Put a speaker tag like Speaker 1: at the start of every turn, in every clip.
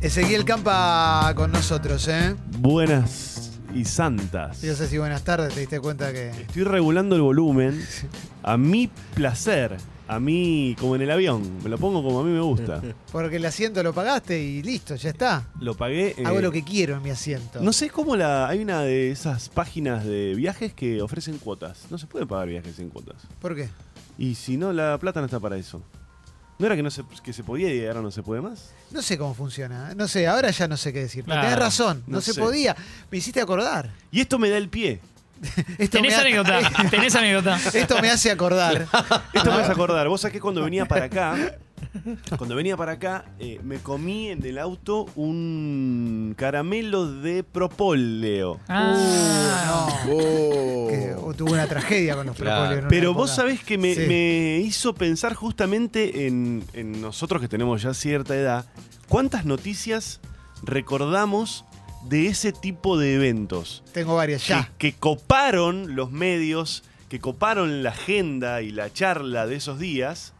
Speaker 1: Ezequiel Campa con nosotros, ¿eh?
Speaker 2: Buenas y santas.
Speaker 1: Yo sé si buenas tardes, te diste cuenta que.
Speaker 2: Estoy regulando el volumen a mi placer, a mí como en el avión. Me lo pongo como a mí me gusta.
Speaker 1: Porque el asiento lo pagaste y listo, ya está.
Speaker 2: Lo pagué. eh,
Speaker 1: Hago lo que quiero en mi asiento.
Speaker 2: No sé cómo la. Hay una de esas páginas de viajes que ofrecen cuotas. No se puede pagar viajes sin cuotas.
Speaker 1: ¿Por qué?
Speaker 2: Y si no, la plata no está para eso. ¿No era que, no se, que se podía y ahora no se puede más?
Speaker 1: No sé cómo funciona. ¿eh? No sé, ahora ya no sé qué decir.
Speaker 3: Claro,
Speaker 1: Tenés razón, no,
Speaker 2: no
Speaker 1: se
Speaker 2: sé.
Speaker 1: podía. Me hiciste acordar.
Speaker 2: Y esto me da el pie.
Speaker 1: Esto me,
Speaker 3: Tenés
Speaker 1: ha-
Speaker 3: anécdota, tenés anécdota.
Speaker 1: esto me hace acordar.
Speaker 2: Esto me vas a acordar. Vos sabés que cuando venía para acá, cuando venía para acá, eh, me comí en el auto un caramelo de propóleo.
Speaker 3: Ah,
Speaker 1: Que
Speaker 4: Oh.
Speaker 1: tuvo una tragedia con los
Speaker 4: Claro.
Speaker 1: propóleos en una
Speaker 2: Pero
Speaker 1: época.
Speaker 2: vos sabés que me,
Speaker 1: Sí.
Speaker 2: me hizo pensar justamente en, en nosotros que tenemos ya cierta edad, cuántas noticias recordamos de ese tipo de eventos
Speaker 1: Tengo varias
Speaker 2: que,
Speaker 1: ya.
Speaker 2: que coparon los medios, que coparon la agenda y la charla de esos días,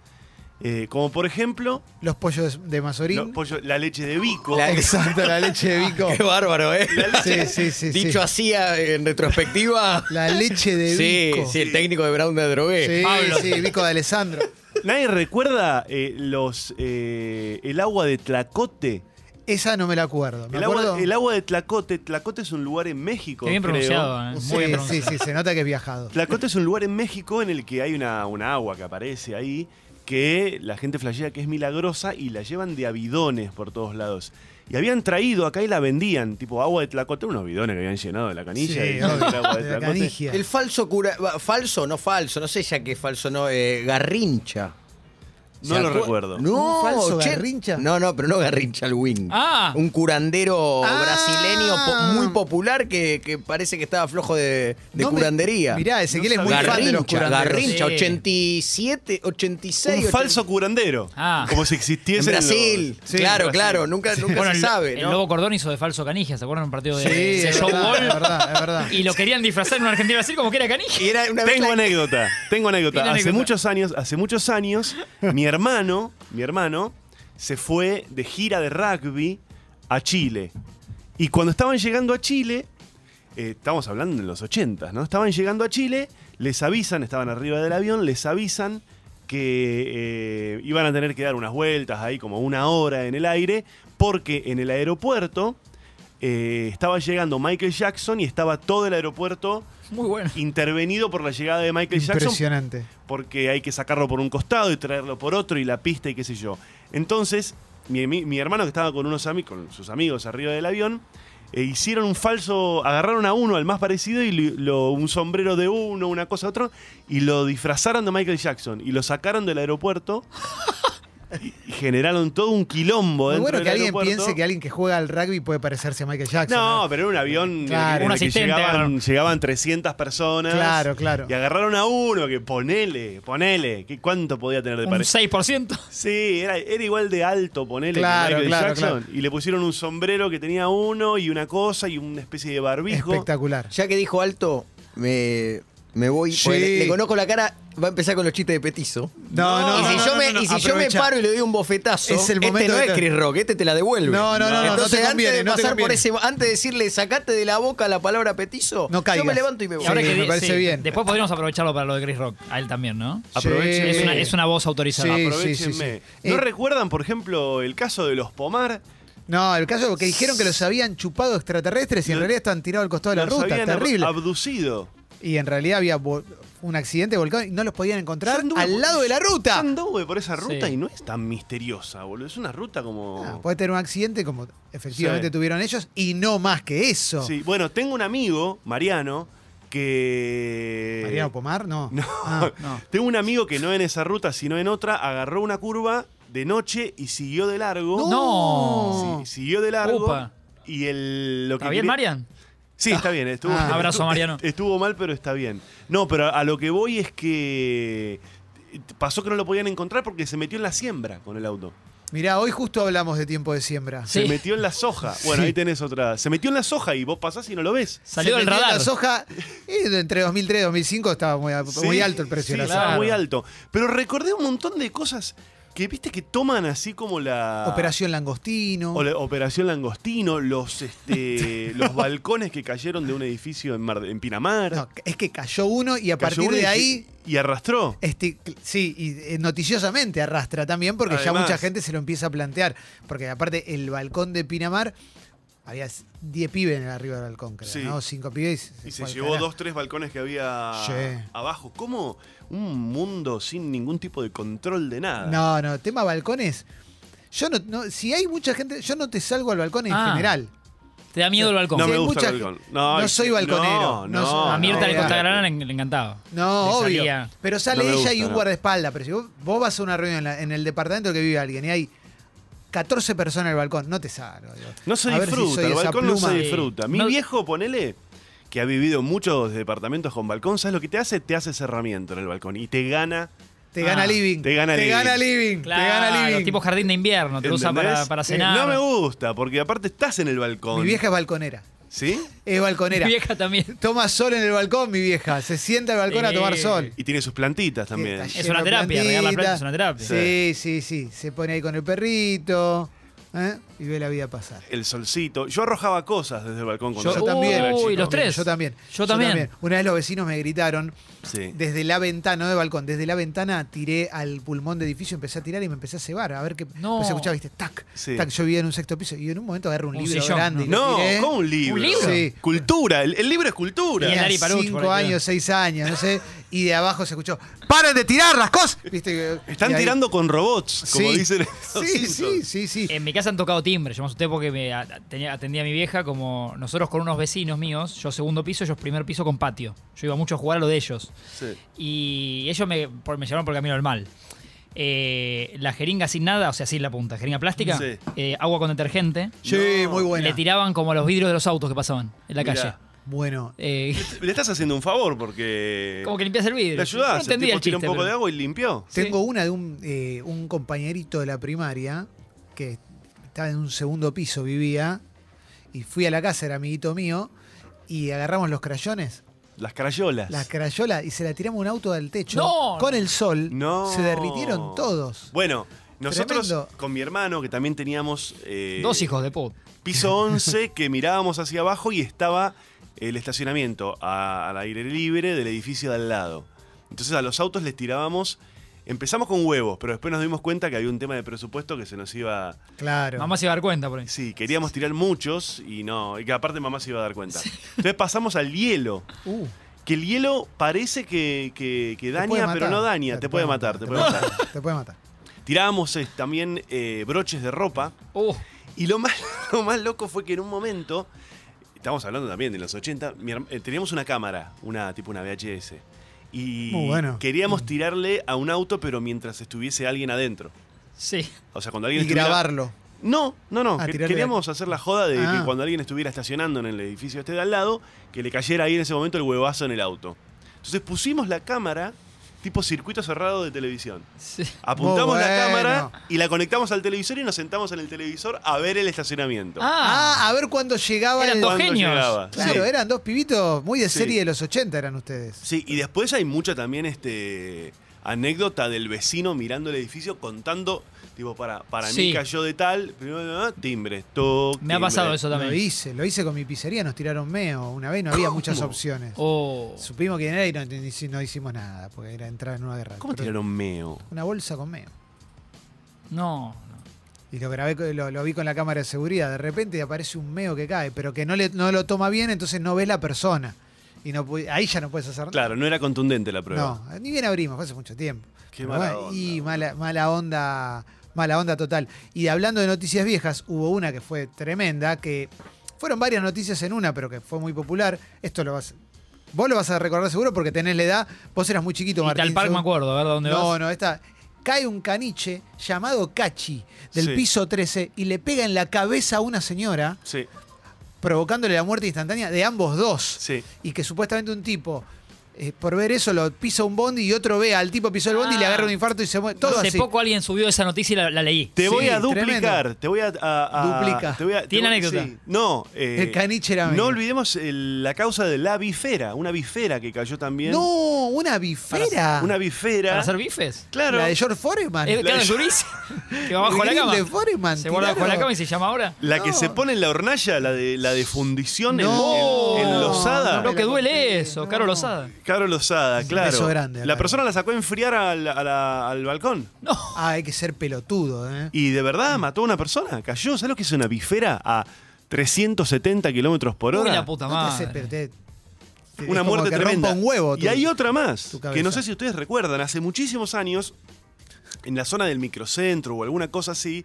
Speaker 2: eh, como por ejemplo
Speaker 1: Los pollos de Mazorín.
Speaker 2: los pollo- la leche de Vico.
Speaker 4: La-
Speaker 1: Exacto, la leche de Vico.
Speaker 4: Qué bárbaro, ¿eh?
Speaker 1: Sí, sí, sí. sí.
Speaker 4: Dicho así a- en retrospectiva.
Speaker 1: La leche de
Speaker 4: sí,
Speaker 1: Vico.
Speaker 4: sí, el técnico de Brown de Drogué.
Speaker 1: Sí,
Speaker 3: Pablo.
Speaker 1: sí, Vico de Alessandro.
Speaker 2: Nadie recuerda eh, los eh, el agua de Tlacote.
Speaker 1: Esa no me la acuerdo. Me
Speaker 2: El
Speaker 1: acuerdo.
Speaker 2: agua, el agua de Tlacote. Tlacote es un lugar en México.
Speaker 3: qué bien
Speaker 2: creo.
Speaker 3: pronunciado, eh. muy
Speaker 1: Sí,
Speaker 3: bien
Speaker 1: sí,
Speaker 3: pronunciado.
Speaker 1: sí, se nota que es viajado.
Speaker 2: Tlacote es un lugar en México en el que hay una, una agua que aparece ahí que la gente flashea que es milagrosa y la llevan de abidones por todos lados. Y habían traído acá y la vendían, tipo agua de Tlacote, unos bidones que habían llenado de la canilla.
Speaker 1: Sí,
Speaker 2: y el
Speaker 1: obvio,
Speaker 2: agua de
Speaker 1: de la
Speaker 2: Tlacote.
Speaker 1: canigia.
Speaker 4: El falso cura. va, Falso, no falso, no sé ya qué falso, no. eh, garrincha.
Speaker 2: No
Speaker 4: ¿Se
Speaker 2: lo
Speaker 4: acuer-
Speaker 2: recuerdo.
Speaker 4: No,
Speaker 1: ¿Un falso
Speaker 4: che.
Speaker 1: Garrincha?
Speaker 4: No, no, pero no Garrincha, el Wing.
Speaker 3: Ah.
Speaker 4: Un curandero
Speaker 1: Ah.
Speaker 4: brasileño po- muy popular que, que parece que estaba flojo de, de
Speaker 1: No me-
Speaker 4: curandería.
Speaker 1: Mirá, Ezequiel
Speaker 2: No
Speaker 1: es muy
Speaker 2: sabía.
Speaker 1: fan de los
Speaker 4: Garrincha,
Speaker 1: curanderos.
Speaker 4: Garrincha,
Speaker 3: Sí.
Speaker 4: 87, 86.
Speaker 2: Un
Speaker 4: 80.
Speaker 2: falso curandero.
Speaker 3: Ah.
Speaker 2: Como si
Speaker 4: En
Speaker 2: existiese en
Speaker 4: Brasil,
Speaker 2: los-
Speaker 1: Sí,
Speaker 4: claro,
Speaker 2: en Brasil.
Speaker 4: claro, nunca, nunca
Speaker 3: Bueno,
Speaker 4: se
Speaker 3: el,
Speaker 4: sabe,
Speaker 3: el
Speaker 4: ¿no?
Speaker 3: Lobo Cordón hizo de falso canija, ¿se acuerdan un partido de,
Speaker 1: Sí,
Speaker 3: de
Speaker 1: es
Speaker 3: show
Speaker 1: verdad,
Speaker 3: ball?
Speaker 1: es verdad, es verdad.
Speaker 3: Y lo querían disfrazar en un argentino así como que era canija.
Speaker 4: Y era una
Speaker 2: Tengo
Speaker 4: mezcla-
Speaker 2: anécdota, tengo anécdota.
Speaker 3: Tiene
Speaker 2: Hace
Speaker 3: anécdota.
Speaker 2: muchos años, hace muchos años, mi hermano, mi hermano, se fue de gira de rugby a Chile. Y cuando estaban llegando a Chile, eh, estamos hablando de los 80, ¿no? Estaban llegando a Chile, les avisan, estaban arriba del avión, les avisan que eh, iban a tener que dar unas vueltas ahí como una hora en el aire, porque en el aeropuerto eh, estaba llegando Michael Jackson y estaba todo el aeropuerto
Speaker 3: Muy bueno.
Speaker 2: intervenido por la llegada de Michael Jackson
Speaker 1: Impresionante.
Speaker 2: porque hay que sacarlo por un costado y traerlo por otro y la pista y qué sé yo. Entonces, mi, mi- mi hermano que estaba con unos ami- con sus amigos arriba del avión, eh, hicieron un falso, agarraron a uno, al más parecido, y li- lo- un sombrero de uno, una cosa, otro, y lo disfrazaron de Michael Jackson y lo sacaron del aeropuerto. y- Y generaron todo un quilombo
Speaker 1: Muy
Speaker 2: dentro
Speaker 1: bueno
Speaker 2: del
Speaker 1: que alguien
Speaker 2: aeropuerto.
Speaker 1: piense que alguien que juega al rugby puede parecerse a Michael Jackson.
Speaker 2: No, pero era un avión
Speaker 1: Claro.
Speaker 2: en
Speaker 3: Un
Speaker 2: el que
Speaker 3: asistente,
Speaker 2: llegaban,
Speaker 3: claro.
Speaker 2: llegaban 300 personas.
Speaker 1: Claro, claro.
Speaker 2: Y agarraron a uno que ponele, ponele, que cuánto podía tener de
Speaker 3: Un
Speaker 2: pareja.
Speaker 3: 6%.
Speaker 2: Sí, era, era igual de alto, ponele,
Speaker 1: Claro,
Speaker 2: que Michael
Speaker 1: claro,
Speaker 2: Jackson. Y le pusieron un sombrero que tenía uno y una cosa y una especie de barbijo.
Speaker 1: Espectacular.
Speaker 4: Ya que dijo alto, me, me voy.
Speaker 1: Sí.
Speaker 4: porque Le, le conozco la cara, va a empezar con los chistes de petizo.
Speaker 1: No, no,
Speaker 4: y
Speaker 1: no,
Speaker 4: si,
Speaker 1: no,
Speaker 4: yo,
Speaker 1: no,
Speaker 4: me,
Speaker 1: no,
Speaker 4: y si yo me
Speaker 1: aprovecha.
Speaker 4: paro y le doy un bofetazo,
Speaker 1: Es el
Speaker 4: este
Speaker 1: momento
Speaker 4: no
Speaker 1: de-
Speaker 4: es Chris Rock, este te la devuelve.
Speaker 1: No, no, no, no, no
Speaker 4: Entonces,
Speaker 1: te conviene,
Speaker 4: antes de
Speaker 1: no te
Speaker 4: pasar por
Speaker 1: conviene.
Speaker 4: ese, antes de decirle sacate de la boca la palabra petizo,
Speaker 1: No
Speaker 4: yo
Speaker 1: caigas.
Speaker 4: me levanto y me voy.
Speaker 3: Y ahora
Speaker 1: Sí,
Speaker 3: que
Speaker 1: me
Speaker 3: di-
Speaker 1: parece bien.
Speaker 3: Después podríamos aprovecharlo para lo de Chris Rock. A él también, ¿no?
Speaker 2: Aprovechen.
Speaker 1: Sí.
Speaker 3: Es, una, es una voz autorizada.
Speaker 1: Sí.
Speaker 2: Aprovechenme.
Speaker 1: sí.
Speaker 2: ¿No
Speaker 1: Eh,
Speaker 2: recuerdan, por ejemplo, el caso de los Pomar?
Speaker 1: No, el caso que dijeron que los habían chupado extraterrestres y en
Speaker 2: Lo-
Speaker 1: realidad están tirados al costado de la
Speaker 2: Los
Speaker 1: ruta.
Speaker 2: habían
Speaker 1: Terrible.
Speaker 2: ab- abducido.
Speaker 1: Y en realidad había vo- un accidente volcado y no los podían encontrar
Speaker 2: Yo anduve
Speaker 1: al
Speaker 2: por-
Speaker 1: lado de la
Speaker 2: Yo
Speaker 1: ruta.
Speaker 2: anduve por esa ruta
Speaker 3: Sí.
Speaker 2: y no es tan misteriosa, boludo. Es una ruta como...
Speaker 1: Ah, puede tener un accidente como efectivamente
Speaker 2: Sí.
Speaker 1: tuvieron ellos y no más que eso.
Speaker 2: Sí, bueno, tengo un amigo, Mariano, que.
Speaker 1: Mariano Pomar, no.
Speaker 2: No.
Speaker 1: Ah, no.
Speaker 2: Tengo un amigo que no en esa ruta, sino en otra, agarró una curva de noche y siguió de largo.
Speaker 3: No.
Speaker 2: Sí, siguió de largo.
Speaker 3: Upa.
Speaker 2: Y el. Lo que
Speaker 3: ¿Está bien,
Speaker 2: quería-
Speaker 3: Marian?
Speaker 2: Sí, está bien. Estuvo,
Speaker 1: Ah.
Speaker 3: Abrazo, Mariano.
Speaker 2: Estuvo mal, pero está bien. No, pero a lo que voy es que. Pasó que no lo podían encontrar porque se metió en la siembra con el auto.
Speaker 1: Mirá, hoy justo hablamos de tiempo de siembra.
Speaker 3: Sí.
Speaker 2: Se metió en la soja. Bueno, ahí tenés otra. Se metió en la soja y vos pasás y no lo ves.
Speaker 3: Salió
Speaker 1: Se
Speaker 3: del
Speaker 1: metió en
Speaker 3: radar.
Speaker 1: La soja, eh, entre 2003 y 2005 estaba muy, muy
Speaker 2: Sí,
Speaker 1: alto el precio
Speaker 2: sí,
Speaker 1: de la
Speaker 2: estaba
Speaker 3: claro.
Speaker 1: soja.
Speaker 2: muy alto. Pero recordé un montón de cosas que viste que toman así como la.
Speaker 1: Operación Langostino.
Speaker 2: O la- Operación Langostino, los, este, los balcones que cayeron de un edificio en, Mar- en Pinamar.
Speaker 1: No, es que cayó uno y a
Speaker 2: Cayó
Speaker 1: partir
Speaker 2: uno y-
Speaker 1: de ahí.
Speaker 2: Y arrastró.
Speaker 1: Este, cl- sí, y eh, noticiosamente arrastra también porque ya
Speaker 2: Además.
Speaker 1: mucha gente se lo empieza a plantear. Porque aparte el balcón de Pinamar, había s- 10 pibes en el arriba del balcón, creo,
Speaker 2: Sí.
Speaker 1: ¿no? 5 pibes.
Speaker 2: Y se
Speaker 1: fue al
Speaker 2: llevó
Speaker 1: carajo.
Speaker 2: dos, tres balcones que había
Speaker 1: Sí.
Speaker 2: abajo. ¿Cómo un mundo sin ningún tipo de control de nada?
Speaker 1: No, no, tema balcones. Yo no, no- si hay mucha gente, yo no te salgo al balcón en
Speaker 3: Ah.
Speaker 1: general.
Speaker 3: Te da miedo el balcón.
Speaker 2: No
Speaker 1: Sí,
Speaker 2: me
Speaker 1: hay
Speaker 2: gusta el
Speaker 1: mucha-
Speaker 2: balcón. No,
Speaker 1: no soy balconero.
Speaker 2: No,
Speaker 1: No soy-
Speaker 2: no,
Speaker 3: a Mirta
Speaker 2: no.
Speaker 3: de Costa Grana le, le encantaba.
Speaker 1: No,
Speaker 3: Le
Speaker 1: obvio.
Speaker 3: salía.
Speaker 1: Pero sale
Speaker 2: No me
Speaker 1: ella
Speaker 2: gusta,
Speaker 1: y un
Speaker 2: no.
Speaker 1: guardaespaldas. Pero si vos, vos vas a una reunión en, la- en el departamento que vive alguien y hay 14 personas en el balcón, no te salgo. digo.
Speaker 2: No se
Speaker 1: A ver si
Speaker 2: disfruta,
Speaker 1: soy
Speaker 2: el
Speaker 1: esa
Speaker 2: balcón no se
Speaker 1: pluma.
Speaker 2: disfruta. Mi
Speaker 3: No-
Speaker 2: viejo, ponele, que ha vivido muchos departamentos con balcón, ¿sabes lo que te hace? Te hace cerramiento en el balcón y te gana.
Speaker 1: Te gana
Speaker 3: Ah,
Speaker 1: living.
Speaker 2: te gana living.
Speaker 1: living,
Speaker 3: Claro,
Speaker 1: te gana living.
Speaker 3: tipo jardín de invierno, te lo usa para,
Speaker 2: ¿entendés?
Speaker 3: para
Speaker 2: Sí,
Speaker 3: cenar.
Speaker 2: No me gusta, porque aparte estás en el balcón.
Speaker 1: Mi vieja es balconera.
Speaker 2: ¿Sí?
Speaker 1: Es
Speaker 3: Mi
Speaker 1: balconera.
Speaker 3: vieja también.
Speaker 1: Toma sol en el balcón, mi vieja. Se sienta al balcón a
Speaker 3: Sí.
Speaker 1: tomar sol.
Speaker 2: Y tiene sus plantitas también.
Speaker 1: Está
Speaker 3: Es una
Speaker 1: lleno de
Speaker 3: terapia, regar la
Speaker 1: plantita.
Speaker 3: planta es una terapia.
Speaker 1: Sí, sí, sí. Se pone ahí con el perrito ¿eh? y ve la vida pasar.
Speaker 2: El solcito. Yo arrojaba cosas desde el balcón cuando
Speaker 3: Yo-
Speaker 2: era
Speaker 1: Yo también.
Speaker 2: chico.
Speaker 3: Uy, los tres.
Speaker 1: Yo también.
Speaker 3: Yo también.
Speaker 1: Una vez los vecinos me gritaron
Speaker 2: Sí.
Speaker 1: desde la ventana, no de balcón, desde la ventana tiré al pulmón de edificio, empecé a tirar y me empecé a cebar. A ver qué.
Speaker 3: No.
Speaker 1: Pues se escuchaba, viste, tac,
Speaker 2: Sí.
Speaker 1: tac. Yo vivía en un sexto piso y en un momento agarré un,
Speaker 3: Un
Speaker 1: libro
Speaker 3: sillón,
Speaker 1: grande. y lo
Speaker 2: No,
Speaker 1: tiré.
Speaker 2: ¿cómo un libro?
Speaker 3: ¿Un libro?
Speaker 1: Sí.
Speaker 2: Cultura. El, el libro es cultura.
Speaker 3: Y el
Speaker 1: Tenía
Speaker 3: Ari Paruch, por
Speaker 1: cinco
Speaker 3: ahí, creo.
Speaker 1: años, seis años, no sé. Y de abajo se escuchó, ¡paren de tirar las cosas! ¿Viste?
Speaker 2: Están
Speaker 1: Y ahí-
Speaker 2: tirando con robots, como
Speaker 1: Sí.
Speaker 2: dicen. los
Speaker 1: Sí, sí,
Speaker 2: Simpsons.
Speaker 1: sí, sí.
Speaker 3: En mi casa han tocado timbre. Yo me asusté porque me a- tenía- atendía a mi vieja como nosotros con unos vecinos míos. Yo segundo piso, ellos primer piso con patio. Yo iba mucho a jugar a lo de ellos.
Speaker 2: Sí.
Speaker 3: Y ellos me, por- me llevaron por el camino del mal. Eh, la jeringa sin nada, o sea, sin la punta, jeringa plástica,
Speaker 2: Sí.
Speaker 3: eh, agua con detergente.
Speaker 1: sí,
Speaker 2: No.
Speaker 1: muy buena.
Speaker 3: Le tiraban como a los vidrios de los autos que pasaban en la
Speaker 2: Mirá.
Speaker 3: calle.
Speaker 1: Bueno,
Speaker 3: Eh,
Speaker 2: Le estás haciendo un favor porque.
Speaker 3: como que limpias el vidrio.
Speaker 2: le
Speaker 3: Yo no
Speaker 2: ayudás. el
Speaker 3: entendía
Speaker 2: tipo
Speaker 3: el
Speaker 2: tiró un
Speaker 3: chiste,
Speaker 2: poco
Speaker 3: pero-
Speaker 2: de agua y limpió.
Speaker 3: Sí.
Speaker 1: Tengo una de un, eh, un compañerito de la primaria que estaba en un segundo piso, vivía, y fui a la casa, era amiguito mío, y agarramos los crayones,
Speaker 2: Las crayolas.
Speaker 1: las crayolas, y se la tiramos a un auto del techo.
Speaker 3: ¡No!
Speaker 1: Con el sol,
Speaker 2: No.
Speaker 1: se derritieron todos.
Speaker 2: Bueno, nosotros
Speaker 1: Tremendo.
Speaker 2: con mi hermano, que también teníamos. eh,
Speaker 3: Dos hijos de pop.
Speaker 2: Piso 11, que mirábamos hacia abajo y estaba el estacionamiento a- al aire libre del edificio de al lado. Entonces a los autos les tirábamos. Empezamos con huevos, pero después nos dimos cuenta que había un tema de presupuesto que se nos iba.
Speaker 1: Claro.
Speaker 3: Mamá se iba a dar cuenta por ahí.
Speaker 2: Sí, queríamos tirar muchos y no. Y que aparte mamá se iba a dar cuenta. Entonces pasamos al hielo.
Speaker 1: Uh,
Speaker 2: Que el hielo parece que, que- que
Speaker 1: te puede
Speaker 2: daña, pero
Speaker 1: matar.
Speaker 2: no daña. Te, puede matar, te puede matar.
Speaker 1: Te puede matar.
Speaker 2: Tirábamos eh, también eh, broches de ropa.
Speaker 3: Uh,
Speaker 2: Y lo más, lo más loco fue que en un momento, estamos hablando también de los 80, mi herma- eh, teníamos una cámara, una tipo una VHS. Y
Speaker 1: Muy bueno. Mm.
Speaker 2: queríamos tirarle a un auto, pero mientras estuviese alguien adentro.
Speaker 3: sí.
Speaker 2: O sea, cuando alguien
Speaker 1: Y
Speaker 2: estuviera-
Speaker 1: grabarlo.
Speaker 2: No, no, no.
Speaker 1: Ah,
Speaker 2: Que-
Speaker 1: tirarle
Speaker 2: Queríamos hacer la joda de
Speaker 1: Ah.
Speaker 2: que cuando alguien estuviera estacionando en el edificio este de al lado, que le cayera ahí en ese momento el huevazo en el auto. Entonces pusimos la cámara tipo circuito cerrado de televisión.
Speaker 3: sí.
Speaker 2: Apuntamos
Speaker 1: Muy
Speaker 2: la
Speaker 1: Oh, bueno.
Speaker 2: cámara y la conectamos al televisor y nos sentamos en el televisor a ver el estacionamiento.
Speaker 3: Ah,
Speaker 1: Ah, a ver cuándo llegaba
Speaker 3: Eran
Speaker 1: el-
Speaker 3: dos
Speaker 2: Cuando
Speaker 3: genios.
Speaker 2: llegaba.
Speaker 1: Claro,
Speaker 2: Sí.
Speaker 1: eran dos pibitos muy de
Speaker 2: Sí.
Speaker 1: serie de los 80 eran ustedes.
Speaker 2: Sí, y después hay mucha también este anécdota del vecino mirando el edificio contando, tipo, para, para
Speaker 3: Sí.
Speaker 2: mí cayó de tal, primero ah, timbre, toc,
Speaker 3: me ha pasado
Speaker 2: timbre.
Speaker 3: eso
Speaker 1: Lo
Speaker 3: también.
Speaker 1: hice, lo hice con mi pizzería, nos tiraron meo una vez, no había muchas opciones.
Speaker 3: Oh.
Speaker 1: Supimos quién era y no, ni si- no hicimos nada, porque era entrar en una guerra.
Speaker 2: ¿Cómo
Speaker 1: Pero-
Speaker 2: tiraron meo?
Speaker 1: Una bolsa con meo.
Speaker 3: No, no.
Speaker 1: Y lo grabé, co- lo, lo vi con la cámara de seguridad. De repente aparece un meo que cae, pero que no, le, no lo toma bien, entonces no ves la persona. Y no pu- ahí ya no puedes hacer nada.
Speaker 2: Claro, no era contundente la prueba.
Speaker 1: No, ni bien abrimos, fue hace mucho tiempo.
Speaker 2: Qué
Speaker 1: Pero
Speaker 2: mala
Speaker 1: bueno,
Speaker 2: onda,
Speaker 1: Y
Speaker 2: boludo.
Speaker 1: mala, mala onda, mala onda total. Y hablando de noticias viejas, hubo una que fue tremenda, que fueron varias noticias en una, pero que fue muy popular. Esto lo vas. Vos lo vas a recordar seguro porque tenés la edad. Vos eras muy chiquito,
Speaker 3: Y
Speaker 1: Martín.
Speaker 3: tal Park
Speaker 1: según-
Speaker 3: me acuerdo, a ver dónde
Speaker 1: no,
Speaker 3: vas.
Speaker 1: no, esta. Cae un caniche llamado Cachi del
Speaker 2: Sí.
Speaker 1: piso 13 y le pega en la cabeza a una señora,
Speaker 2: Sí,
Speaker 1: provocándole la muerte instantánea de ambos dos.
Speaker 2: sí.
Speaker 1: Y que supuestamente un tipo eh, por ver eso lo pisa un bondi y otro ve al tipo pisó el bondi y le
Speaker 3: Ah.
Speaker 1: agarra un infarto y se muere. Todo
Speaker 3: Hace
Speaker 1: así.
Speaker 3: poco alguien subió esa noticia y la, la leí.
Speaker 2: Te
Speaker 1: Sí,
Speaker 2: voy a
Speaker 1: tremendo.
Speaker 2: duplicar, te voy a... a- a-
Speaker 1: Duplica.
Speaker 2: te voy a- te
Speaker 3: Tiene
Speaker 2: voy-
Speaker 3: anécdota.
Speaker 2: sí. No, eh,
Speaker 1: El caniche era mío.
Speaker 2: no olvidemos el- la causa de la bifera, una bifera que cayó también.
Speaker 1: No, una bifera.
Speaker 2: Una bifera.
Speaker 3: ¿Para hacer bifes?
Speaker 2: Claro.
Speaker 1: La de George Foreman.
Speaker 3: Eh, claro,
Speaker 2: La-
Speaker 3: es durísimo. Que va bajo la
Speaker 1: Green
Speaker 3: cama.
Speaker 1: de Foreman,
Speaker 3: se guarda bajo
Speaker 1: tiralo.
Speaker 3: la cama y se llama ahora.
Speaker 2: La que
Speaker 1: No.
Speaker 2: se pone en la hornalla, la de, la de fundición en-
Speaker 1: No.
Speaker 2: en, en Lozada.
Speaker 3: Lo que duele
Speaker 1: conté,
Speaker 3: eso,
Speaker 1: no.
Speaker 3: Caro Lozada.
Speaker 2: Caro Lozada, claro.
Speaker 1: beso grande,
Speaker 2: la
Speaker 1: claro.
Speaker 2: persona la sacó a enfriar al, a la- al balcón.
Speaker 3: No.
Speaker 1: Ah, hay que ser pelotudo, ¿eh?
Speaker 2: Y de verdad mató a una persona. Cayó, ¿sabes lo que es una bifera a 370 kilómetros por
Speaker 3: Uy,
Speaker 2: hora?
Speaker 3: la puta
Speaker 1: No te hace-
Speaker 3: madre.
Speaker 1: pero te- te- es
Speaker 2: una
Speaker 1: como
Speaker 2: muerte
Speaker 1: que
Speaker 2: tremenda.
Speaker 1: rompa un huevo.
Speaker 2: y
Speaker 1: tú.
Speaker 2: hay otra más,
Speaker 1: tu cabeza.
Speaker 2: que no sé si ustedes recuerdan, hace muchísimos años, en la zona del microcentro o alguna cosa así,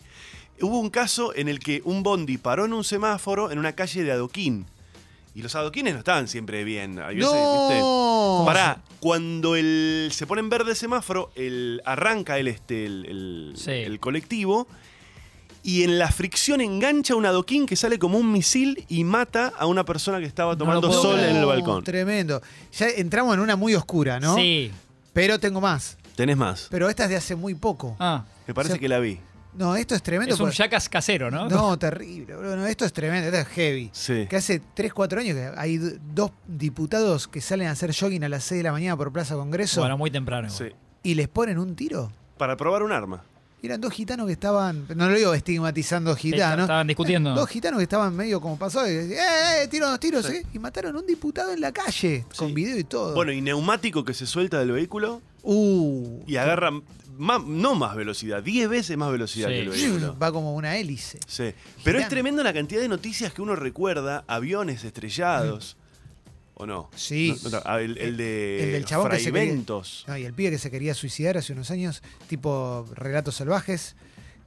Speaker 2: hubo un caso en el que un bondi paró en un semáforo en una calle de adoquín. Y los adoquines no estaban siempre bien. Hay veces, ¿viste?
Speaker 1: No.
Speaker 2: Pará, cuando el, se pone en verde el semáforo, el, arranca el, este, el, el-
Speaker 3: Sí.
Speaker 2: el colectivo y en la fricción engancha un adoquín que sale como un misil y mata a una persona que estaba
Speaker 3: No lo
Speaker 2: tomando
Speaker 3: puedo
Speaker 2: sol
Speaker 3: creer.
Speaker 2: en el balcón.
Speaker 1: Tremendo. Ya entramos en una muy oscura, ¿no?
Speaker 3: Sí.
Speaker 1: Pero tengo más.
Speaker 2: Tenés más.
Speaker 1: Pero esta es de hace muy poco.
Speaker 3: Ah,
Speaker 2: Me parece
Speaker 1: O sea,
Speaker 2: que la vi.
Speaker 1: No, esto es tremendo.
Speaker 3: es un
Speaker 1: porque-
Speaker 3: yacas casero, ¿no?
Speaker 1: No, terrible, bro. No, esto es tremendo, esto es heavy.
Speaker 2: Sí.
Speaker 1: Que hace 3, 4 años que hay d- dos diputados que salen a hacer jogging a las 6 de la mañana por Plaza Congreso
Speaker 3: Bueno, muy temprano. igual.
Speaker 2: Sí.
Speaker 1: y les ponen un tiro.
Speaker 2: Para probar un arma.
Speaker 1: Y Eran dos gitanos que estaban, no lo digo estigmatizando gitanos,
Speaker 3: Estaban discutiendo.
Speaker 1: dos gitanos que estaban medio como pasados y decían, ¡eh, eh, tiros, unos tiros!
Speaker 2: Sí.
Speaker 1: eh", Y mataron a un diputado en la calle,
Speaker 2: Sí.
Speaker 1: con video y todo.
Speaker 2: Bueno, y neumático que se suelta del vehículo
Speaker 1: uh,
Speaker 2: y agarra ma- no más velocidad, 10 veces más velocidad
Speaker 3: Sí.
Speaker 2: que el vehículo.
Speaker 1: va como una hélice.
Speaker 2: Sí. Pero es
Speaker 1: Mm. Gigante.
Speaker 2: tremenda la cantidad de noticias que uno recuerda, aviones estrellados. ¿O no?
Speaker 1: Mm. Sí.
Speaker 2: No, no, ah, el, el de
Speaker 1: El del chabón que se quería- Ah,
Speaker 2: Fraiventos.
Speaker 1: No, y el pibe que se quería suicidar hace unos años, tipo relatos salvajes,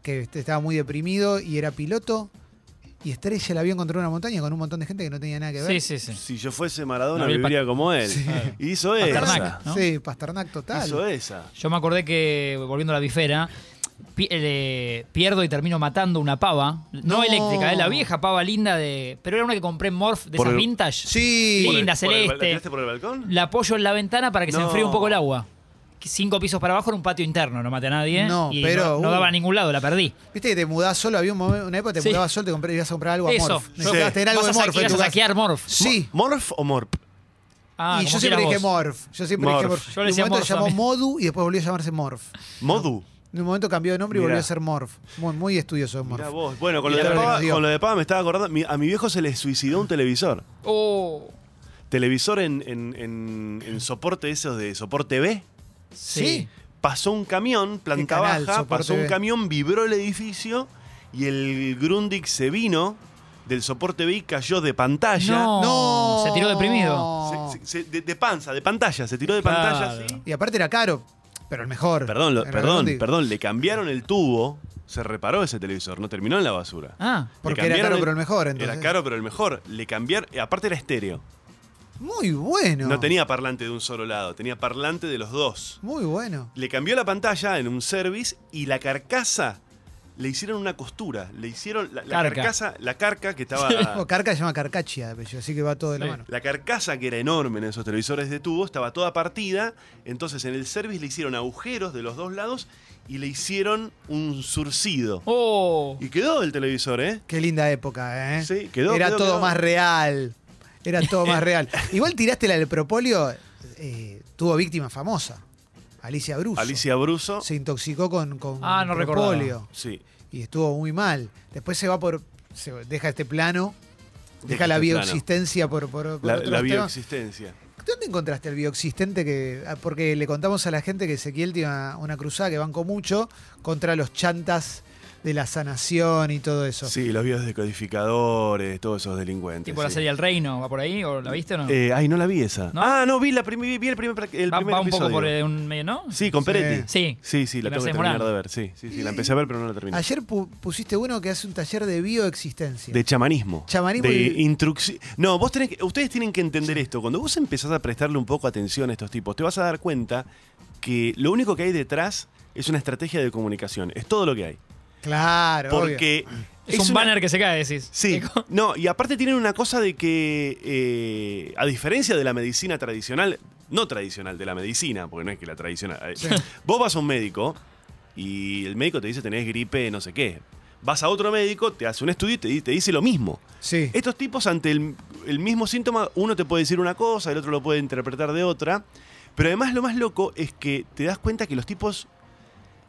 Speaker 1: que este, estaba muy deprimido y era piloto y estrella el avión contra una montaña con un montón de gente que no tenía nada que ver.
Speaker 3: Sí, sí, sí.
Speaker 2: Si yo fuese Maradona,
Speaker 3: No, el
Speaker 2: viviría como él.
Speaker 1: Sí.
Speaker 2: Y Hizo esa.
Speaker 3: Pasternak, ¿no?
Speaker 1: Sí, Pasternak total.
Speaker 2: Hizo esa.
Speaker 3: Yo me acordé que, volviendo a la bifera, pi- eh, pierdo y termino matando una pava. No,
Speaker 1: No.
Speaker 3: eléctrica, es la vieja pava linda de. Pero era una que compré en Morph de
Speaker 2: Por
Speaker 3: esas
Speaker 2: el-
Speaker 3: vintage.
Speaker 1: Sí.
Speaker 3: Linda,
Speaker 2: ¿Por el- ¿La
Speaker 3: celeste.
Speaker 2: tiraste por el balcón?
Speaker 3: La apoyo en la ventana para que se
Speaker 2: No.
Speaker 3: enfríe un poco el agua. Cinco pisos para abajo era un patio interno, no maté a nadie.
Speaker 1: No,
Speaker 3: y
Speaker 1: pero,
Speaker 3: No, no
Speaker 1: uh.
Speaker 3: daba a ningún lado, la perdí.
Speaker 1: Viste que te mudás solo, había un momento, una época te
Speaker 3: Sí.
Speaker 1: mudabas solo, te compré, ibas a comprar algo a
Speaker 3: Eso.
Speaker 1: Morph.
Speaker 3: Yo-
Speaker 1: Necesitabas tener algo de
Speaker 3: Vas a,
Speaker 1: Morph en
Speaker 3: saquear,
Speaker 1: tu
Speaker 3: vas a
Speaker 1: casa.
Speaker 3: saquear Morph.
Speaker 1: Sí.
Speaker 2: ¿Morph o Morp?
Speaker 3: Ah,
Speaker 1: y
Speaker 3: como
Speaker 1: yo siempre
Speaker 3: quieras
Speaker 1: dije
Speaker 3: vos.
Speaker 1: Morph. Yo siempre dije
Speaker 2: Morph.
Speaker 1: Morph.
Speaker 3: Yo
Speaker 1: en
Speaker 3: le
Speaker 1: un
Speaker 3: decía
Speaker 1: momento
Speaker 3: Morph
Speaker 1: se llamó
Speaker 3: también.
Speaker 1: Modu y después volvió a llamarse Morph.
Speaker 2: Modu.
Speaker 1: En un momento cambió de nombre y
Speaker 2: Mirá.
Speaker 1: volvió a ser Morph. Muy, muy estudioso de Morph.
Speaker 2: Mirá vos. Bueno, con lo, de
Speaker 1: Mirá lo que
Speaker 2: Pava,
Speaker 1: nos dio.
Speaker 2: con lo de Pava me estaba acordando. mi- a mi viejo se le suicidó un televisor.
Speaker 3: Oh.
Speaker 2: Televisor en, en- en- en soporte esos de soporte B.
Speaker 1: Sí.
Speaker 2: Pasó un camión, planta
Speaker 1: canal,
Speaker 2: baja,
Speaker 1: soporte
Speaker 2: pasó un
Speaker 1: B?
Speaker 2: camión, vibró el edificio y el Grundig se vino del soporte B y cayó de pantalla.
Speaker 3: No.
Speaker 1: No.
Speaker 3: Se tiró deprimido.
Speaker 2: Se- se- se- de, de panza, de pantalla, se tiró de
Speaker 3: Claro.
Speaker 2: pantalla así.
Speaker 1: Y aparte era caro, pero el mejor.
Speaker 2: Perdón, lo-
Speaker 1: Era
Speaker 2: perdón,
Speaker 1: Grundy.
Speaker 2: perdón, le cambiaron el tubo, se reparó ese televisor, no terminó en la basura.
Speaker 3: Ah.
Speaker 2: Le
Speaker 1: Porque era
Speaker 2: cambiaron
Speaker 1: caro, pero el mejor, entonces.
Speaker 2: Era caro, pero el mejor. Le cambiaron. eh, Aparte era estéreo.
Speaker 1: Muy bueno.
Speaker 2: No. tenía parlante de un solo lado, tenía parlante de los dos.
Speaker 1: Muy bueno.
Speaker 2: Le cambió la pantalla en un service y la carcasa le hicieron una costura. Le hicieron la, la
Speaker 3: Carca.
Speaker 2: carcasa, la carca que
Speaker 1: Bueno,
Speaker 2: estaba.
Speaker 1: Carca se llama Carcachia de apellido, así que va todo de la
Speaker 3: Sí.
Speaker 1: mano.
Speaker 2: La carcasa que era enorme en esos televisores de tubo estaba toda partida. Entonces en el service le hicieron agujeros de los dos lados y le hicieron un surcido.
Speaker 3: Oh.
Speaker 2: Y quedó el televisor, ¿eh?
Speaker 1: Qué linda época, ¿eh?
Speaker 2: Sí, quedó,
Speaker 1: Era
Speaker 2: quedó,
Speaker 1: todo
Speaker 2: quedó.
Speaker 1: más real. Era todo más real. Igual tiraste la del propolio, eh, tuvo víctima famosa. Alicia Bruso.
Speaker 2: Alicia Bruso.
Speaker 1: Se intoxicó con, con
Speaker 3: Ah, no recordaba.
Speaker 1: propolio
Speaker 2: Sí.
Speaker 1: y estuvo muy mal. Después se va por. se deja este plano, deja,
Speaker 2: Deja
Speaker 1: la
Speaker 2: este plano.
Speaker 1: bioexistencia por, por, por
Speaker 2: La,
Speaker 1: otros
Speaker 2: la
Speaker 1: temas.
Speaker 2: bioexistencia.
Speaker 1: ¿Dónde encontraste el bioexistente que.? ah, Porque le contamos a la gente que Ezequiel tiene una, una cruzada que bancó mucho contra los chantas de la sanación y todo eso.
Speaker 2: Sí, los videos decodificadores, todos esos delincuentes.
Speaker 3: Tipo la
Speaker 2: sí.
Speaker 3: serie El Reino, ¿va por ahí? ¿O la viste o no?
Speaker 2: Eh, ay, no la vi esa.
Speaker 3: ¿No?
Speaker 2: Ah, no, vi, la primi- vi el primer, el
Speaker 3: va,
Speaker 2: primer
Speaker 3: va un poco
Speaker 2: episodio.
Speaker 3: por eh, un medio, ¿no?
Speaker 2: Sí, con
Speaker 1: Sí.
Speaker 2: Peretti.
Speaker 3: Sí.
Speaker 2: Sí, sí, la
Speaker 3: Y
Speaker 2: tengo que
Speaker 3: Mercedes
Speaker 2: terminar
Speaker 3: Morán.
Speaker 2: de ver. Sí, sí, sí, la empecé a ver, pero no la terminé.
Speaker 1: Ayer pu- pusiste uno que hace un taller de bioexistencia.
Speaker 2: De chamanismo.
Speaker 1: Chamanismo
Speaker 2: De
Speaker 1: y-
Speaker 2: instrucción. No, vos tenés que- ustedes tienen que entender esto. Cuando vos empezás a prestarle un poco atención a estos tipos, te vas a dar cuenta que lo único que hay detrás es una estrategia de comunicación. Es todo lo que hay.
Speaker 1: claro, obvio.
Speaker 2: Porque
Speaker 3: Es, un
Speaker 2: una-
Speaker 3: banner que se cae, decís.
Speaker 2: Sí,
Speaker 3: Es como-
Speaker 2: no, y aparte tienen una cosa de que, eh, a diferencia de la medicina tradicional, no tradicional, de la medicina, porque no es que la tradicional. Vos vas a un médico y el médico te dice tenés gripe, no sé qué. Vas a otro médico, te hace un estudio y te, di- te dice lo mismo.
Speaker 1: Sí.
Speaker 2: Estos tipos, ante el, el mismo síntoma, uno te puede decir una cosa, el otro lo puede interpretar de otra. Pero además lo más loco es que te das cuenta que los tipos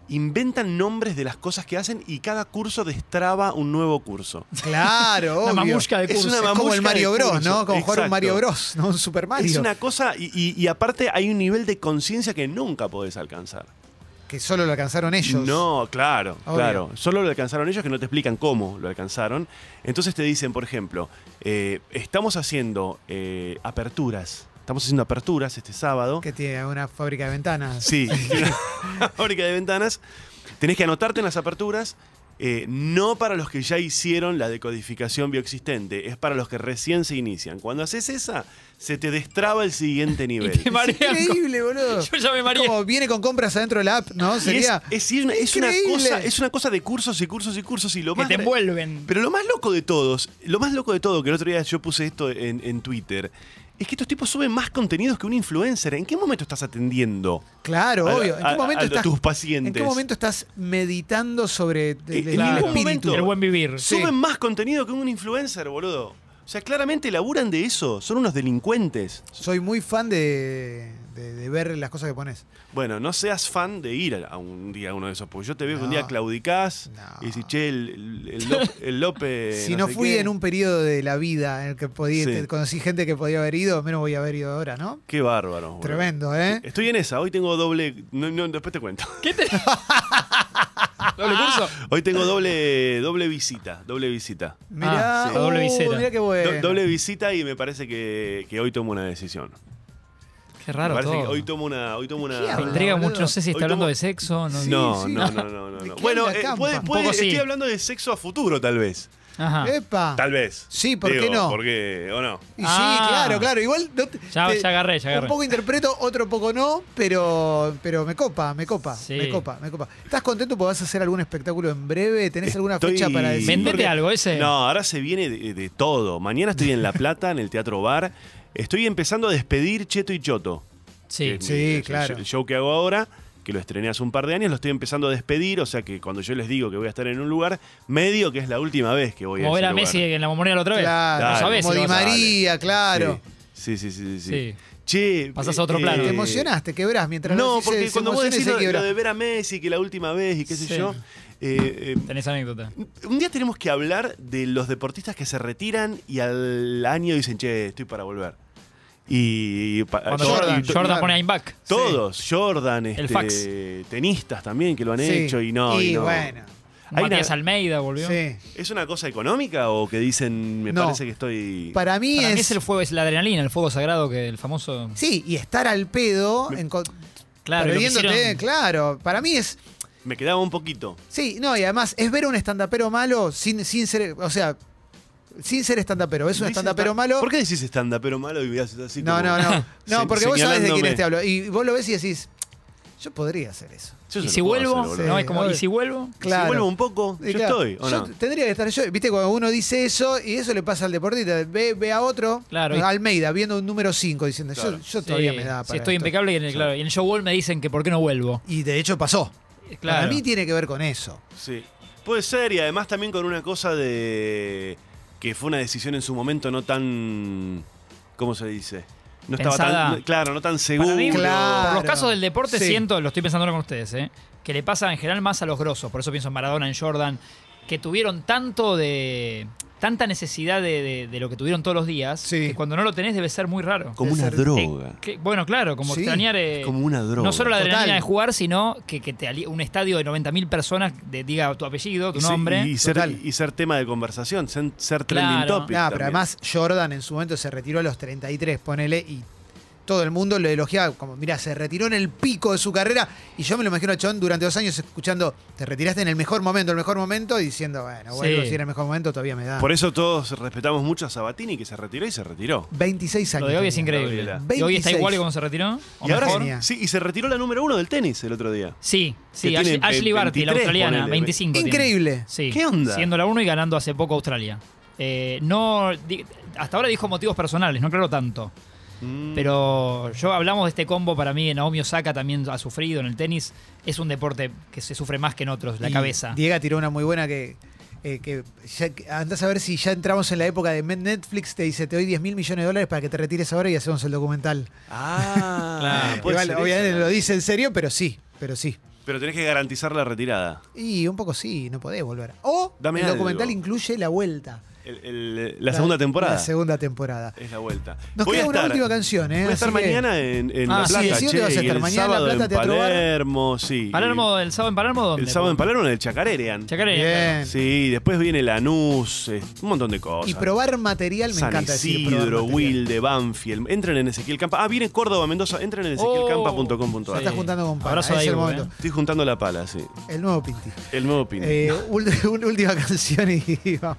Speaker 2: inventan nombres de las cosas que hacen y cada curso destraba un nuevo curso.
Speaker 1: Claro,
Speaker 3: Una
Speaker 1: obvio.
Speaker 3: mamushka de
Speaker 2: Es
Speaker 3: curso.
Speaker 2: una
Speaker 1: Es como el
Speaker 2: mamushka
Speaker 1: Mario
Speaker 2: de
Speaker 1: Bros,
Speaker 2: curso.
Speaker 1: ¿no? Como jugar un
Speaker 2: Exacto.
Speaker 1: Mario Bros, no un Super Mario.
Speaker 2: Es una cosa, y, y- y aparte hay un nivel de conciencia que nunca podés alcanzar.
Speaker 1: Que solo lo alcanzaron ellos.
Speaker 2: No, claro,
Speaker 1: Obvio.
Speaker 2: claro. Solo lo alcanzaron ellos que no te explican cómo lo alcanzaron. Entonces te dicen, por ejemplo, eh, estamos haciendo eh, aperturas. Estamos haciendo aperturas este sábado.
Speaker 1: Que tiene una fábrica de ventanas.
Speaker 2: Sí, una fábrica de ventanas. Tenés que anotarte en las aperturas. eh, no para los que ya hicieron la decodificación bioexistente, es para los que recién se inician. Cuando haces esa, se te destraba el siguiente nivel.
Speaker 3: te marean con-
Speaker 1: Increíble, boludo.
Speaker 3: Yo ya me mareé.
Speaker 1: Como viene con compras adentro de la app, ¿no?
Speaker 2: Y es,
Speaker 1: Sería.
Speaker 2: es- es una, es una
Speaker 1: Increíble.
Speaker 2: cosa, es una cosa de cursos y cursos y cursos y lo
Speaker 3: Que
Speaker 2: más
Speaker 3: te envuelven.
Speaker 2: Pero lo más loco de todos, lo más loco de todo, que el otro día yo puse esto en, en Twitter, es que estos tipos suben más contenidos que un influencer. ¿En qué momento estás atendiendo?
Speaker 1: Claro,
Speaker 2: a-
Speaker 1: obvio. ¿En
Speaker 2: a-
Speaker 1: qué momento
Speaker 2: a
Speaker 1: estás,
Speaker 2: tus pacientes?
Speaker 1: ¿En qué momento estás meditando sobre el, el
Speaker 2: en ningún
Speaker 1: espíritu?
Speaker 2: momento.
Speaker 3: El buen vivir.
Speaker 1: Sí.
Speaker 2: Suben más contenido que un influencer, boludo. O sea, claramente laburan de eso. Son unos delincuentes.
Speaker 1: Soy muy fan de, de- de ver las cosas que pones.
Speaker 2: Bueno, no seas fan de ir a un día a uno de esos, porque yo te veo que un
Speaker 1: No.
Speaker 2: día claudicás
Speaker 1: No.
Speaker 2: y decís, che, el, el- el Lop- el López.
Speaker 1: si no
Speaker 2: Eh, sé
Speaker 1: fui
Speaker 2: qué".
Speaker 1: en un periodo de la vida en el que podía,
Speaker 2: Sí.
Speaker 1: te- conocí gente que podía haber ido, menos voy a haber ido ahora, ¿no?
Speaker 2: Qué bárbaro. boludo.
Speaker 1: Tremendo, ¿eh?
Speaker 2: Estoy en esa, hoy tengo doble. No, no, después te cuento.
Speaker 3: Doble
Speaker 1: Ah.
Speaker 3: curso.
Speaker 2: Hoy tengo doble, doble visita, doble visita.
Speaker 1: Mirá,
Speaker 3: Ah, sí. Doble
Speaker 1: uh,
Speaker 3: visera.
Speaker 1: mirá qué
Speaker 2: Do-
Speaker 1: bueno.
Speaker 2: doble visita y me parece que, que hoy tomo una decisión. Me
Speaker 3: Qué raro
Speaker 2: parece que
Speaker 3: todo.
Speaker 2: hoy tomo una. Hoy tomo una
Speaker 1: ¿Qué
Speaker 3: Me
Speaker 1: habla,
Speaker 3: intriga
Speaker 1: boludo?
Speaker 3: mucho. No sé si
Speaker 2: Hoy
Speaker 3: está hablando
Speaker 2: tomo-
Speaker 3: de sexo. No.
Speaker 1: Sí.
Speaker 2: no, no, no, no, no,
Speaker 1: ¿De
Speaker 2: no.
Speaker 1: qué
Speaker 2: Bueno,
Speaker 1: habla,
Speaker 2: eh,
Speaker 1: Campa?
Speaker 2: puede-
Speaker 1: Un
Speaker 2: puede-
Speaker 3: poco sí.
Speaker 2: estoy hablando de sexo a futuro, tal vez.
Speaker 3: Ajá.
Speaker 2: Ah.
Speaker 1: Epa.
Speaker 2: Tal vez.
Speaker 1: Ah. Sí, ¿por qué
Speaker 2: Digo,
Speaker 1: no?
Speaker 2: Porque, o no.
Speaker 1: Y
Speaker 3: Ah.
Speaker 1: Sí, claro, claro. Igual no te-
Speaker 3: Ya-
Speaker 1: te-
Speaker 3: ya agarré, ya agarré.
Speaker 1: Un poco interpreto, otro poco no, pero, pero me copa, me copa,
Speaker 3: Sí.
Speaker 1: me copa, me copa. ¿Estás contento porque vas a hacer algún espectáculo en breve? ¿Tenés alguna
Speaker 2: Estoy-
Speaker 1: fecha para decir?
Speaker 3: Vendete
Speaker 1: Porque-
Speaker 3: algo ese.
Speaker 2: No, ahora se viene de, de todo. Mañana estoy en La Plata, en el Teatro Bar. Estoy empezando a despedir Cheto y Choto. que
Speaker 3: Sí.
Speaker 2: es
Speaker 1: Sí,
Speaker 2: mi- el-
Speaker 1: claro.
Speaker 2: El show que hago ahora, que lo estrené hace un par de años, lo estoy empezando a despedir, o sea que cuando yo les digo que voy a estar en un lugar, medio que es la última vez que voy a
Speaker 3: Mover
Speaker 2: ese
Speaker 3: a
Speaker 2: lugar.
Speaker 3: Messi en la bombonera la otra vez.
Speaker 1: Claro,
Speaker 2: Dale.
Speaker 3: No sabes.
Speaker 1: como
Speaker 2: si
Speaker 1: Di
Speaker 2: vas a-
Speaker 1: María, claro.
Speaker 2: Sí, sí, sí, sí. sí.
Speaker 3: Sí.
Speaker 2: Che, eh,
Speaker 3: Pasás a otro plano.
Speaker 1: Te emocionaste, quebrás mientras lo
Speaker 2: No,
Speaker 1: dice,
Speaker 2: porque
Speaker 1: se
Speaker 2: cuando vos
Speaker 1: emociona y
Speaker 2: decís
Speaker 1: se
Speaker 2: lo,
Speaker 1: quiebra.
Speaker 2: lo de ver a Messi, que la última vez y qué sé
Speaker 3: Sí.
Speaker 2: yo. eh, eh,
Speaker 3: Tenés anécdota.
Speaker 2: un día tenemos que hablar de los deportistas que se retiran y al año dicen, che, estoy para volver. Y, y pa-
Speaker 3: Cuando
Speaker 2: todo-
Speaker 3: Jordan,
Speaker 2: Ah, y to-
Speaker 3: Jordan pone a Inback.
Speaker 2: todos, Jordan, este,
Speaker 3: fax.
Speaker 2: tenistas también que lo han
Speaker 1: Sí.
Speaker 2: hecho y no.
Speaker 1: Y
Speaker 2: no.
Speaker 1: bueno,
Speaker 2: Hay una-
Speaker 3: Matías Almeida volvió.
Speaker 1: sí.
Speaker 2: ¿Es una cosa económica o que dicen, me
Speaker 1: No.
Speaker 2: parece que estoy...
Speaker 1: Para mí
Speaker 3: Para mí
Speaker 1: es.
Speaker 3: es el fuego, es la adrenalina, el fuego sagrado que el famoso.
Speaker 1: Sí, y estar al pedo, en co-
Speaker 3: Claro, y lo que
Speaker 1: perdiéndote,
Speaker 3: hicieron-
Speaker 1: claro. Para mí es.
Speaker 2: Me quedaba un poquito.
Speaker 1: Sí, no, y además es ver a un estandapero malo sin, sin ser. O sea, sin ser estandapero. Es un
Speaker 2: Dicen
Speaker 1: estandapero
Speaker 2: ta-
Speaker 1: malo.
Speaker 2: ¿Por qué decís estandapero malo y veas así
Speaker 1: No,
Speaker 2: como-
Speaker 1: no, no. No,
Speaker 2: se-
Speaker 1: porque vos sabés de quiénes
Speaker 2: señalándome?
Speaker 1: te hablo. Y vos lo ves y decís, yo podría hacer eso.
Speaker 2: Yo
Speaker 3: Y
Speaker 2: se
Speaker 3: si
Speaker 2: lo puedo
Speaker 3: vuelvo,
Speaker 2: hacer, boludo.
Speaker 3: no
Speaker 1: Sí,
Speaker 3: es como,
Speaker 1: obvio.
Speaker 3: y si vuelvo,
Speaker 1: Claro.
Speaker 2: Si vuelvo un poco,
Speaker 1: Y
Speaker 2: yo
Speaker 1: claro,
Speaker 2: estoy, ¿o
Speaker 1: yo
Speaker 2: no?
Speaker 1: Tendría que estar yo. Viste, cuando uno dice eso, y eso le pasa al deportista. Ve, ve a otro,
Speaker 3: Claro, y-
Speaker 1: Almeida, viendo un número 5, diciendo, yo-
Speaker 2: Claro.
Speaker 1: yo, todavía
Speaker 3: sí,
Speaker 1: me da para
Speaker 3: si estoy
Speaker 1: esto.
Speaker 3: impecable y en el, claro, y en el show wall me dicen que por qué no vuelvo.
Speaker 1: Y de hecho pasó.
Speaker 3: Claro.
Speaker 1: Para mí tiene que ver con eso.
Speaker 2: Sí. Puede ser, y además también con una cosa de. que fue una decisión en su momento no tan. ¿Cómo se dice? No estaba
Speaker 3: Pensada.
Speaker 2: tan. Claro, no tan seguro.
Speaker 3: Para mí,
Speaker 1: Claro.
Speaker 3: por los casos del deporte,
Speaker 1: Sí.
Speaker 3: siento, lo estoy pensando ahora con ustedes, ¿eh? que le pasa en general más a los grosos. Por eso pienso en Maradona, en Jordan, que tuvieron tanto de. tanta necesidad de, de- de lo que tuvieron todos los días,
Speaker 1: Sí.
Speaker 3: que cuando no lo tenés debe ser muy raro.
Speaker 2: Como
Speaker 1: Debe
Speaker 2: una
Speaker 1: ser-
Speaker 2: droga.
Speaker 3: Eh, que- bueno, claro, como
Speaker 1: Sí,
Speaker 3: extrañar. eh,
Speaker 2: Como una droga.
Speaker 3: no solo la
Speaker 1: Total.
Speaker 3: adrenalina de jugar, sino que, que te ali- un estadio de 90.000 personas de- diga tu apellido, tu
Speaker 2: Y se-
Speaker 3: nombre.
Speaker 2: Y, ser,
Speaker 1: Total.
Speaker 2: y ser tema de conversación, ser, ser trending
Speaker 3: Claro.
Speaker 2: topic.
Speaker 1: Nah,
Speaker 2: también.
Speaker 1: pero además Jordan en su momento se retiró a los 33, ponele, y todo el mundo lo elogiaba como, mira, se retiró en el pico de su carrera. Y yo me lo imagino a Chon durante dos años escuchando, te retiraste en el mejor momento, el mejor momento, y diciendo, bueno, vuelvo
Speaker 3: Sí.
Speaker 1: si era el mejor momento, todavía me da.
Speaker 2: Por e-". eso todos respetamos mucho a Sabatini, que se retiró y se retiró.
Speaker 1: 26 años.
Speaker 3: Lo de hoy es
Speaker 1: tenía.
Speaker 3: increíble.
Speaker 2: Gabriela.
Speaker 3: Y hoy está
Speaker 1: 26.
Speaker 3: igual que cuando se retiró. o
Speaker 2: Y ahora
Speaker 3: mejor.
Speaker 1: Genia.
Speaker 2: sí, y se retiró la número uno del tenis el otro día.
Speaker 3: Sí, sí,
Speaker 2: Que
Speaker 3: Ash-
Speaker 2: tiene
Speaker 3: Ashley Barty, la
Speaker 2: 23,
Speaker 3: australiana,
Speaker 2: ponele.
Speaker 3: 25. tiene.
Speaker 1: Increíble.
Speaker 3: Sí.
Speaker 2: ¿Qué onda?
Speaker 3: Siendo la 1 y ganando hace poco Australia. Eh, no, di- hasta ahora dijo motivos personales, no creo tanto.
Speaker 2: Mm.
Speaker 3: Pero yo hablamos de este combo para mí, Naomi Osaka también ha sufrido en el tenis. Es un deporte que se sufre más que en otros, la
Speaker 1: Y
Speaker 3: cabeza.
Speaker 1: Diego tiró una muy buena que. eh, que ya, que- andás a ver si ya entramos en la época de Netflix, te dice, te doy 10 mil millones de dólares para que te retires ahora y hacemos el documental.
Speaker 2: Ah,
Speaker 1: Igual,
Speaker 2: puede ser
Speaker 1: obviamente
Speaker 2: eso.
Speaker 1: lo dice en serio, pero sí, pero sí.
Speaker 2: Pero tenés que garantizar la retirada.
Speaker 1: Y un poco sí, no podés volver. O
Speaker 2: Dame
Speaker 1: el
Speaker 2: algo.
Speaker 1: documental incluye la vuelta.
Speaker 2: El- el- la segunda temporada.
Speaker 1: La segunda temporada.
Speaker 2: es la vuelta.
Speaker 1: Nos
Speaker 2: Voy a
Speaker 1: queda una
Speaker 2: estar-
Speaker 1: última canción, ¿eh?
Speaker 2: Voy a estar
Speaker 1: así que-
Speaker 2: mañana en, en
Speaker 3: Ah,
Speaker 2: La
Speaker 3: sí,
Speaker 2: Plata,
Speaker 1: ¿sí?
Speaker 2: che,
Speaker 1: ¿Dónde vas a
Speaker 2: y
Speaker 1: estar?
Speaker 2: el
Speaker 1: Mañana en La
Speaker 2: sábado
Speaker 1: Plata,
Speaker 2: en
Speaker 1: Teatro Bar.
Speaker 2: Palermo, sí.
Speaker 3: Palermo, el sábado en Palermo,
Speaker 2: Y
Speaker 3: ¿dónde? Oh,
Speaker 2: el sábado en Palermo en el Chacarerean.
Speaker 3: Chacarera.
Speaker 1: Bien.
Speaker 2: Sí, después viene Lanús, eh, un montón de cosas.
Speaker 1: Y probar material, me
Speaker 2: San
Speaker 1: encanta decir. probar
Speaker 2: Isidro,
Speaker 1: material.
Speaker 2: Wilde, Banfield. Entren en Ezequiel Campa. Ah, viene Córdoba, Mendoza. Entren en
Speaker 1: Se
Speaker 2: ezequielcampa.com.ar.
Speaker 1: está juntando con Pana, es
Speaker 3: Abrazo a
Speaker 1: el
Speaker 3: Diego,
Speaker 1: momento.
Speaker 3: ¿eh?
Speaker 2: Estoy juntando la pala, sí.
Speaker 1: El nuevo Pinti.
Speaker 2: El nuevo pin.
Speaker 1: Eh, ul- una última canción y vamos.